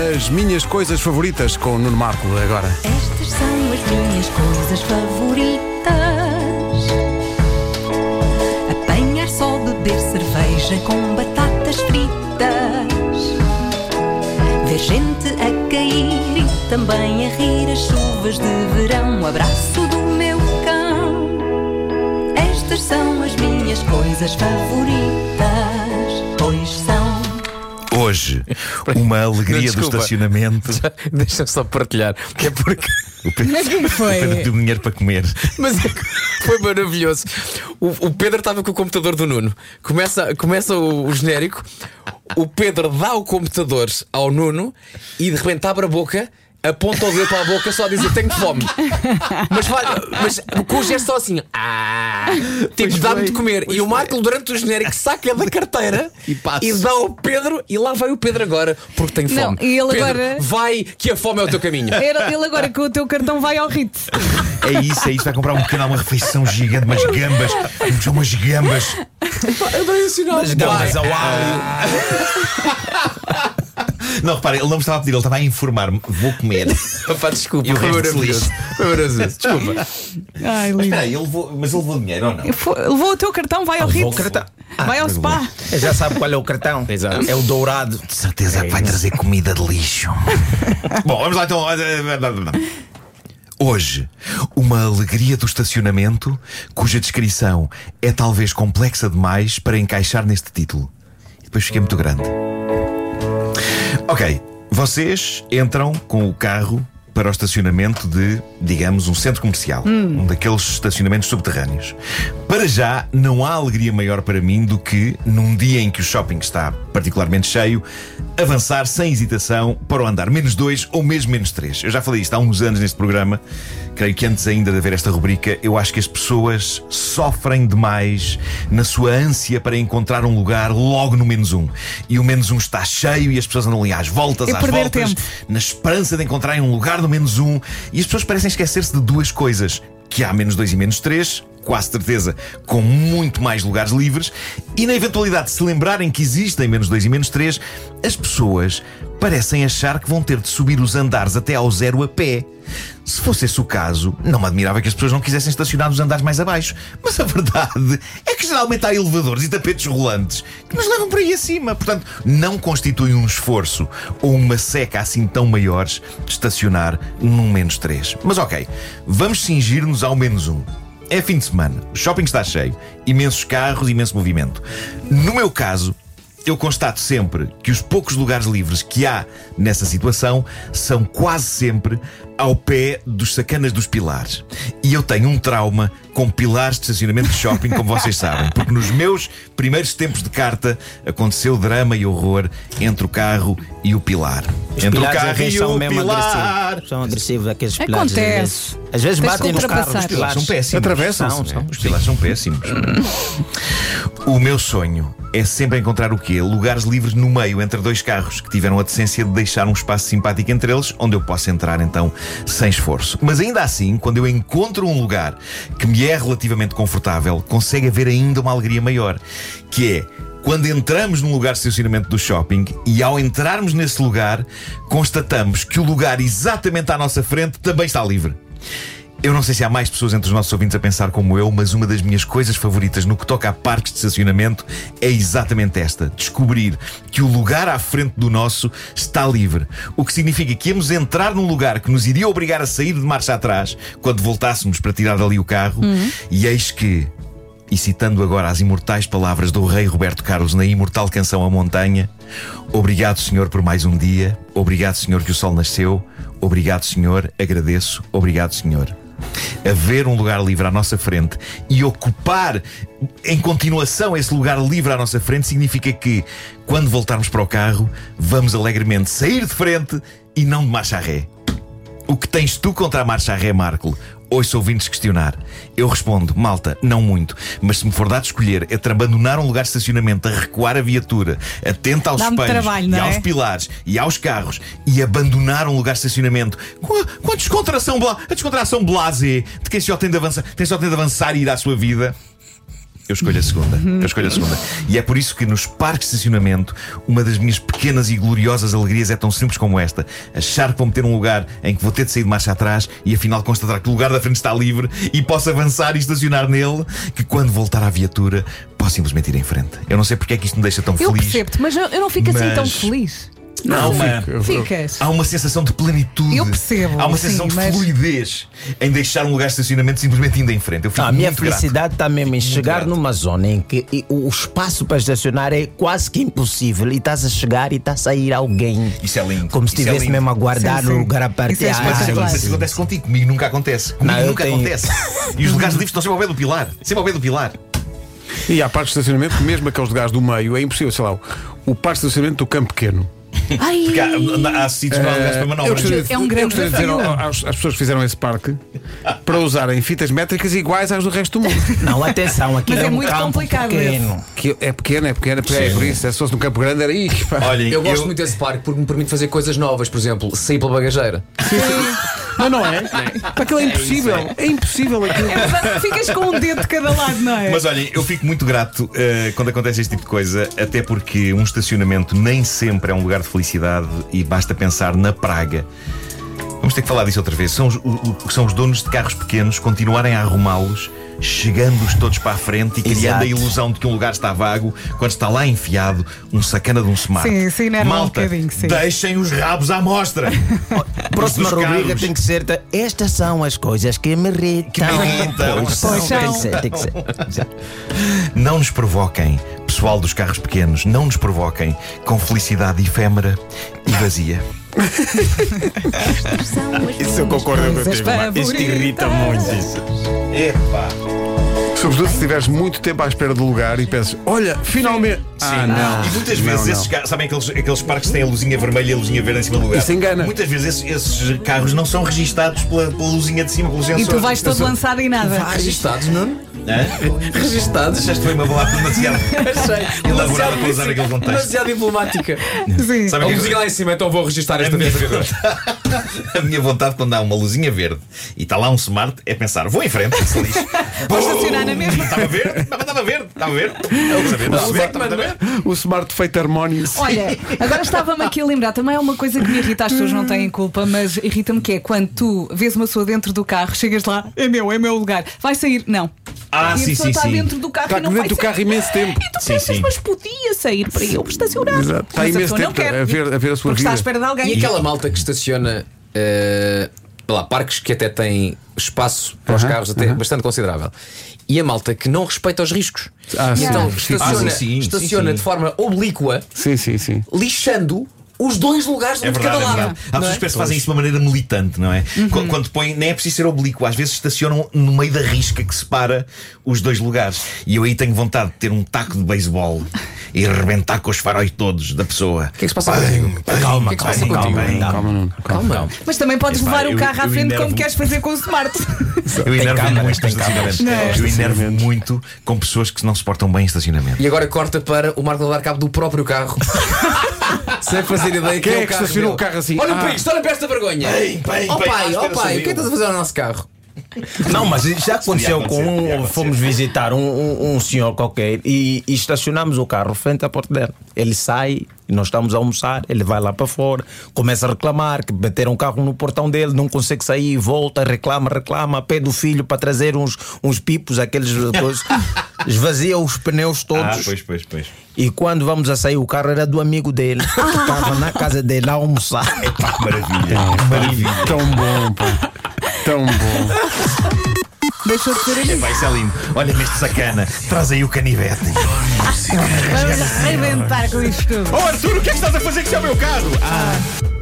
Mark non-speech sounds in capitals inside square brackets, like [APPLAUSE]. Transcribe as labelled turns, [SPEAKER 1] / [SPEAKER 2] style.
[SPEAKER 1] As minhas coisas favoritas com o Nuno Marco agora.
[SPEAKER 2] Estas são as minhas coisas favoritas: apanhar sol, beber cerveja com batatas fritas, ver gente a cair e também a rir as chuvas de verão. O abraço do meu cão. Estas são as minhas coisas favoritas, pois são.
[SPEAKER 3] Hoje, uma alegria do
[SPEAKER 4] Desculpa.
[SPEAKER 3] estacionamento.
[SPEAKER 4] Deixa-me só partilhar, que é porque. [LAUGHS]
[SPEAKER 3] O Pedro,
[SPEAKER 5] Mas como foi?
[SPEAKER 3] o [LAUGHS] Pedro deu dinheiro para comer.
[SPEAKER 4] Mas é que foi maravilhoso. O, o Pedro estava com o computador do Nuno. Começa, começa o, o genérico. O Pedro dá o computador ao Nuno e de repente abre a boca. Aponta o dedo para a boca só a dizer tenho fome. Mas, fa- mas com o gesto só assim. Ah, tipo, dá-me de comer. E o Marco, durante o genérico, saca da carteira
[SPEAKER 3] E passa.
[SPEAKER 4] dá ao Pedro. E lá vai o Pedro agora, porque tem fome.
[SPEAKER 5] Não, e ele
[SPEAKER 4] Pedro,
[SPEAKER 5] agora-
[SPEAKER 4] Vai, que a fome é o teu caminho.
[SPEAKER 5] [LAUGHS] Era- Ele agora com o teu cartão vai ao rit.
[SPEAKER 3] É isso, é isso. Vai comprar um pequeno, uma refeição gigante, umas gambas. Vamos a umas gambas.
[SPEAKER 4] Eu dou esse sinal.
[SPEAKER 3] As
[SPEAKER 4] Vai.
[SPEAKER 3] gambas Ah. ao alho. Não, reparem, ele não me estava a pedir, ele estava a informar-me. Vou comer. Mas
[SPEAKER 4] Pá, desculpa,
[SPEAKER 3] E o
[SPEAKER 4] foi
[SPEAKER 3] resto
[SPEAKER 4] maravilhoso. Foi maravilhoso. Desculpa.
[SPEAKER 5] Ai, lindo.
[SPEAKER 3] espera aí, ele vou, mas ele levou dinheiro ou não?
[SPEAKER 5] Foi- Levou o teu cartão, vai ao
[SPEAKER 6] Levou
[SPEAKER 5] rit.
[SPEAKER 6] o cartão.
[SPEAKER 5] Vai ao spa.
[SPEAKER 6] Já sabe qual é o cartão?
[SPEAKER 4] Exato.
[SPEAKER 6] É o dourado.
[SPEAKER 3] De certeza que vai trazer comida de lixo. É [LAUGHS] Bom, vamos lá então. Hoje, uma alegria do estacionamento cuja descrição é talvez complexa demais para encaixar neste título. E depois fiquei muito grande. Ok, vocês entram com o carro para o estacionamento de, digamos, um centro comercial. Um daqueles estacionamentos subterrâneos. Para já, não há alegria maior para mim do que, num dia em que o shopping está particularmente cheio, avançar sem hesitação para o andar menos dois ou mesmo menos três. Eu já falei isto há uns anos neste programa. Creio que antes ainda de haver esta rubrica, eu acho que as pessoas sofrem demais na sua ânsia para encontrar um lugar logo no menos um. E o menos um está cheio e as pessoas andam ali às voltas,
[SPEAKER 5] É
[SPEAKER 3] às
[SPEAKER 5] perder
[SPEAKER 3] voltas,
[SPEAKER 5] tempo.
[SPEAKER 3] na esperança de encontrarem um lugar no menos um. E as pessoas parecem esquecer-se de duas coisas: que há menos dois e menos três. Quase certeza, com muito mais lugares livres, e na eventualidade de se lembrarem que existem menos dois e menos três, as pessoas parecem achar que vão ter de subir os andares até ao zero a pé. Se fosse esse o caso, não me admirava que as pessoas não quisessem estacionar nos andares mais abaixo. Mas a verdade é que geralmente há elevadores e tapetes rolantes que nos levam para aí acima. Portanto, não constitui um esforço ou uma seca assim tão maiores estacionar num menos 3. Mas ok, vamos cingir-nos ao menos um. É fim de semana, o shopping está cheio, imensos carros, imenso movimento. No meu caso, eu constato sempre que os poucos lugares livres que há nessa situação são quase sempre ao pé dos sacanas dos pilares. E eu tenho um trauma com pilares de estacionamento de shopping, como vocês sabem, porque nos meus primeiros tempos de carta aconteceu drama e horror entre o carro e o pilar. entre o
[SPEAKER 6] pilares às
[SPEAKER 3] carro
[SPEAKER 6] vezes
[SPEAKER 3] e
[SPEAKER 6] são
[SPEAKER 3] o
[SPEAKER 6] mesmo
[SPEAKER 3] pilar.
[SPEAKER 6] agressivos. São agressivos aqueles pilares. às
[SPEAKER 5] Acontece.
[SPEAKER 6] vezes. Às vezes
[SPEAKER 5] Tens
[SPEAKER 6] batem
[SPEAKER 5] que
[SPEAKER 6] nos carros.
[SPEAKER 5] ultrapassar.
[SPEAKER 6] Os pilares
[SPEAKER 3] São péssimos.
[SPEAKER 1] Atravessam-se.
[SPEAKER 6] São, são.
[SPEAKER 3] Os pilares são péssimos. [LAUGHS] O meu sonho é sempre encontrar o quê? Lugares livres no meio entre dois carros que tiveram a decência de deixar um espaço simpático entre eles, onde eu possa entrar então sem esforço. Mas ainda assim, quando eu encontro um lugar que me é relativamente confortável, consegue haver ainda uma alegria maior, que é quando entramos num lugar de estacionamento do shopping e ao entrarmos nesse lugar, constatamos que o lugar exatamente à nossa frente também está livre. Eu não sei se há mais pessoas entre os nossos ouvintes a pensar como eu, mas uma das minhas coisas favoritas no que toca a parques de estacionamento é exatamente esta: descobrir que o lugar à frente do nosso está livre. O que significa que íamos entrar num lugar que nos iria obrigar a sair de marcha atrás quando voltássemos para tirar dali o carro, e eis que. E citando agora as imortais palavras do rei Roberto Carlos na imortal canção A Montanha, obrigado, Senhor, por mais um dia, obrigado, Senhor, que o sol nasceu, obrigado, Senhor, agradeço, obrigado, Senhor haver um lugar livre à nossa frente e ocupar em continuação esse lugar livre à nossa frente significa que, quando voltarmos para o carro, vamos alegremente sair de frente e não de marcha a ré. O que tens tu contra a marcha a ré, Marco? Ouço ouvintes questionar. Eu respondo, malta, não muito, mas se me for dado escolher entre abandonar um lugar de estacionamento, a recuar a viatura, atenta aos
[SPEAKER 5] Dá-me
[SPEAKER 3] espelhos
[SPEAKER 5] trabalho, não
[SPEAKER 3] e aos
[SPEAKER 5] é?
[SPEAKER 3] pilares e aos carros e abandonar um lugar de estacionamento com a, com a descontração, bla- a descontração blasé de quem só tem de avançar, tem só tem de avançar e ir à sua vida. eu escolho a segunda. Eu escolho a segunda. E é por isso que nos parques de estacionamento, uma das minhas pequenas e gloriosas alegrias é tão simples como esta. Achar que vou meter um lugar em que vou ter de sair de marcha atrás e afinal constatar que o lugar da frente está livre e posso avançar e estacionar nele, que quando voltar à viatura posso simplesmente ir em frente. Eu não sei porque é que isto me deixa tão
[SPEAKER 5] Eu
[SPEAKER 3] feliz.
[SPEAKER 5] percebo-te, mas eu eu não fico assim tão
[SPEAKER 3] Mas-
[SPEAKER 5] feliz.
[SPEAKER 3] Há uma-
[SPEAKER 5] Ficas.
[SPEAKER 3] Há uma sensação de plenitude.
[SPEAKER 5] Eu percebo,
[SPEAKER 3] Há uma sensação
[SPEAKER 5] sim,
[SPEAKER 3] de
[SPEAKER 5] mas-
[SPEAKER 3] fluidez em deixar um lugar de estacionamento simplesmente indo em frente. Eu fico
[SPEAKER 6] Não, a minha
[SPEAKER 3] muito grato.
[SPEAKER 6] felicidade está mesmo em chegar
[SPEAKER 3] grato.
[SPEAKER 6] numa zona em que e- o o espaço para estacionar é quase que impossível e estás a chegar e está a sair alguém.
[SPEAKER 3] Isso é lindo.
[SPEAKER 6] Como se
[SPEAKER 3] Isso é
[SPEAKER 6] estivesse
[SPEAKER 3] lindo.
[SPEAKER 6] mesmo a guardar
[SPEAKER 5] Sim, sim.
[SPEAKER 6] o lugar a partir. Ah,
[SPEAKER 5] Isso é
[SPEAKER 3] Mas isso,
[SPEAKER 5] espetacular.
[SPEAKER 3] acontece- isso acontece contigo, comigo nunca acontece. Comigo
[SPEAKER 6] Não, eu
[SPEAKER 3] nunca
[SPEAKER 6] tenho-
[SPEAKER 3] acontece. E os lugares livres estão sempre ao pé do pilar. Sempre ao pé do pilar.
[SPEAKER 1] E há partes de estacionamento, que mesmo aqueles lugares do meio, é impossível, sei lá, o, o parque de estacionamento do campo pequeno.
[SPEAKER 5] Ai,
[SPEAKER 3] Porque há, há sítios que não há lugares para manobras.
[SPEAKER 5] gostaria- É um grande
[SPEAKER 1] eu gostaria de dizer
[SPEAKER 5] desafio.
[SPEAKER 1] ao- aos- às pessoas que fizeram esse parque para usarem fitas métricas iguais às do resto do mundo.
[SPEAKER 6] Não, atenção, aquilo
[SPEAKER 5] Mas
[SPEAKER 6] é,
[SPEAKER 5] é
[SPEAKER 6] um
[SPEAKER 5] muito
[SPEAKER 6] campo
[SPEAKER 5] complicado
[SPEAKER 6] pequeno.
[SPEAKER 1] Que é pequeno, é pequeno, é por isso, é se fosse no campo grande era isso.
[SPEAKER 3] Olhem,
[SPEAKER 4] Eu gosto muito desse parque porque me permite fazer coisas novas, por exemplo, sair pela bagageira.
[SPEAKER 1] Não, não é? Para aquilo é impossível. É impossível aquilo.
[SPEAKER 5] é verdade, [LAUGHS] ficas com um dedo de cada lado, não é?
[SPEAKER 3] Mas olhem, eu fico muito grato eh, quando acontece este tipo de coisa, até porque um estacionamento nem sempre é um lugar de felicidade e basta pensar na praga. Vamos ter que falar disso outra vez. São os, o- o- que são os donos de carros pequenos continuarem a arrumá-los, chegando-os todos para a frente e criando a
[SPEAKER 6] Exato.
[SPEAKER 3] ilusão de que um lugar está vago quando está lá enfiado um sacana de um smart.
[SPEAKER 5] Sim, sim, enerva um
[SPEAKER 3] Malta,
[SPEAKER 5] bocadinho, sim.
[SPEAKER 3] deixem os rabos à mostra. [LAUGHS]
[SPEAKER 6] Próxima
[SPEAKER 3] Dos
[SPEAKER 6] rubrica
[SPEAKER 3] carros.
[SPEAKER 6] tem que ser. ta- Estas são as coisas que me irritam.
[SPEAKER 3] Que me irritam.
[SPEAKER 6] Pois são,
[SPEAKER 5] Pois
[SPEAKER 6] Tem
[SPEAKER 5] são.
[SPEAKER 6] que ser, tem que ser.
[SPEAKER 3] Não nos provoquem, pessoal dos carros pequenos, não nos provoquem com felicidade efêmera e vazia.
[SPEAKER 1] [LAUGHS] Isso eu concordo
[SPEAKER 5] Coisas
[SPEAKER 1] contigo. Marco.
[SPEAKER 5] favoritas.
[SPEAKER 3] Epá!
[SPEAKER 1] Sobretudo se estiveres muito tempo à espera do lugar e pensas, olha, finalmente. Ah, não.
[SPEAKER 3] E muitas
[SPEAKER 1] Não,
[SPEAKER 3] vezes
[SPEAKER 1] não.
[SPEAKER 3] esses carros, sabem aqueles, aqueles parques que têm a luzinha vermelha e a luzinha verde em cima do lugar?
[SPEAKER 1] Isso engana.
[SPEAKER 3] Muitas vezes esses, esses carros não são registados pela, pela luzinha de cima, pelo sensor.
[SPEAKER 5] E tu vais todo lançado em nada.
[SPEAKER 4] Registados, Nuno?
[SPEAKER 3] Hã?
[SPEAKER 4] Registados?
[SPEAKER 3] Achaste que foi uma [LAUGHS] palavra demasiado elaborada para usar naquele contexto.
[SPEAKER 4] Demasiado diplomática.
[SPEAKER 5] Sim.
[SPEAKER 3] Sabe
[SPEAKER 4] A
[SPEAKER 3] o que é
[SPEAKER 4] música
[SPEAKER 3] que-
[SPEAKER 4] lá em cima, então vou registrar
[SPEAKER 3] a
[SPEAKER 4] esta
[SPEAKER 3] minha,
[SPEAKER 4] vez. agora.
[SPEAKER 3] a minha vontade quando há uma luzinha verde e está lá um smart é pensar, vou em frente, que se lixe.
[SPEAKER 5] Vou estacionar na mesma.
[SPEAKER 3] Estava verde, estava verde, estava verde. Estava verde, estava verde, estava verde.
[SPEAKER 1] O smart feito harmónio.
[SPEAKER 5] Olha, agora estava-me aqui a lembrar, também é uma coisa que me irrita, as pessoas não têm culpa, mas irrita-me que é quando tu vês uma pessoa dentro do carro, chegas lá, é meu, é meu lugar, vai sair, não.
[SPEAKER 3] Ah,
[SPEAKER 5] e a
[SPEAKER 3] sim,
[SPEAKER 5] pessoa
[SPEAKER 3] sim,
[SPEAKER 4] tá
[SPEAKER 5] está
[SPEAKER 3] sim.
[SPEAKER 5] dentro do carro
[SPEAKER 1] Está
[SPEAKER 5] e não
[SPEAKER 1] dentro
[SPEAKER 5] vai
[SPEAKER 1] do carro imenso tempo.
[SPEAKER 5] E tu
[SPEAKER 3] Sim,
[SPEAKER 5] pensas,
[SPEAKER 3] sim.
[SPEAKER 5] mas podia sair para eu estacionar.
[SPEAKER 1] Exato. Está
[SPEAKER 5] Mas a
[SPEAKER 1] imenso
[SPEAKER 5] pessoa não
[SPEAKER 1] tempo
[SPEAKER 5] quer,
[SPEAKER 1] a ver- a ver a sua
[SPEAKER 5] porque está à
[SPEAKER 1] vida.
[SPEAKER 5] espera de alguém.
[SPEAKER 4] E aquela malta que estaciona eh, lá, parques que até têm espaço para os
[SPEAKER 1] Aham,
[SPEAKER 4] carros até bastante considerável. E a malta que não respeita os riscos.
[SPEAKER 1] Ah,
[SPEAKER 4] E
[SPEAKER 1] sim, sim,
[SPEAKER 4] então
[SPEAKER 1] sim.
[SPEAKER 4] estaciona,
[SPEAKER 3] Ah, sim, sim,
[SPEAKER 4] estaciona
[SPEAKER 3] sim, sim.
[SPEAKER 4] de forma oblíqua,
[SPEAKER 1] Sim, sim, sim.
[SPEAKER 4] lixando os dois lugares um
[SPEAKER 3] É
[SPEAKER 4] de
[SPEAKER 3] verdade,
[SPEAKER 4] cada
[SPEAKER 3] é
[SPEAKER 4] lado.
[SPEAKER 3] verdade. Há
[SPEAKER 4] não
[SPEAKER 3] pessoas
[SPEAKER 4] é? Uhum.
[SPEAKER 3] que fazem isso de uma maneira militante, não é? Qu- Quando põem, nem é preciso ser oblíquo, às vezes estacionam no meio da risca que separa os dois lugares. E eu aí tenho vontade de ter um taco de beisebol e arrebentar com os faróis todos da pessoa.
[SPEAKER 4] O que é que se passa contigo?
[SPEAKER 6] Calma,
[SPEAKER 4] O que é que se passa
[SPEAKER 6] calma,
[SPEAKER 4] contigo?
[SPEAKER 6] calma, calma.
[SPEAKER 1] Calma, Nuno.
[SPEAKER 4] Calma.
[SPEAKER 5] Mas também podes
[SPEAKER 3] Epá,
[SPEAKER 5] levar o
[SPEAKER 3] eu-
[SPEAKER 5] carro à
[SPEAKER 3] eu
[SPEAKER 5] frente como
[SPEAKER 3] enervo-me.
[SPEAKER 5] queres fazer com
[SPEAKER 1] [LAUGHS]
[SPEAKER 5] o smart.
[SPEAKER 3] Eu enervo
[SPEAKER 6] câmaras,
[SPEAKER 3] muito com
[SPEAKER 6] tem
[SPEAKER 3] estacionamento.
[SPEAKER 5] câmaras.
[SPEAKER 3] Eu enervo muito com pessoas que não se portam bem em estacionamento.
[SPEAKER 4] E agora corta para o Marco dar cabo do próprio carro. [LAUGHS] Sem fazer ideia
[SPEAKER 1] Quem
[SPEAKER 4] é
[SPEAKER 1] é
[SPEAKER 4] o
[SPEAKER 1] que
[SPEAKER 4] carro
[SPEAKER 1] estacionou
[SPEAKER 4] dele.
[SPEAKER 1] o carro assim?
[SPEAKER 4] Olha
[SPEAKER 1] Ah.
[SPEAKER 4] para isto, olha para esta vergonha.
[SPEAKER 3] Bem, bem,
[SPEAKER 4] oh
[SPEAKER 3] bem, à
[SPEAKER 4] pai,
[SPEAKER 3] espera
[SPEAKER 4] oh pai,
[SPEAKER 3] sou
[SPEAKER 4] o que é que
[SPEAKER 3] eu.
[SPEAKER 4] estás a fazer ao nosso carro?
[SPEAKER 6] Não, mas já aconteceu
[SPEAKER 3] Podia
[SPEAKER 6] com
[SPEAKER 3] acontecer, podia
[SPEAKER 6] um.
[SPEAKER 3] acontecer.
[SPEAKER 6] Fomos visitar um, um, um senhor qualquer e, e estacionamos o carro frente à porta dele. Ele sai, nós estamos a almoçar, ele vai lá para fora, começa a reclamar que bateram o carro no portão dele, não consegue sair, volta, reclama, reclama, pede o filho para trazer uns, uns pipos, aqueles [LAUGHS] coisas. Esvazia os pneus
[SPEAKER 3] Ah,
[SPEAKER 6] todos.
[SPEAKER 3] pois, pois, pois.
[SPEAKER 6] e quando vamos a sair, o carro era do amigo dele, que estava na casa dele a almoçar.
[SPEAKER 3] Pá, Ah, maravilha,
[SPEAKER 6] Ah,
[SPEAKER 3] maravilha.
[SPEAKER 1] Tão bom, pá. Tão bom.
[SPEAKER 5] Deixou de ser
[SPEAKER 3] É,
[SPEAKER 5] amigo.
[SPEAKER 3] vai, isso é lindo. Olha-me este sacana. Traz aí o canivete.
[SPEAKER 5] Vamos arrebentar com isto tudo.
[SPEAKER 3] Oh, Arthur, o que é que estás a fazer com o meu carro? Ah,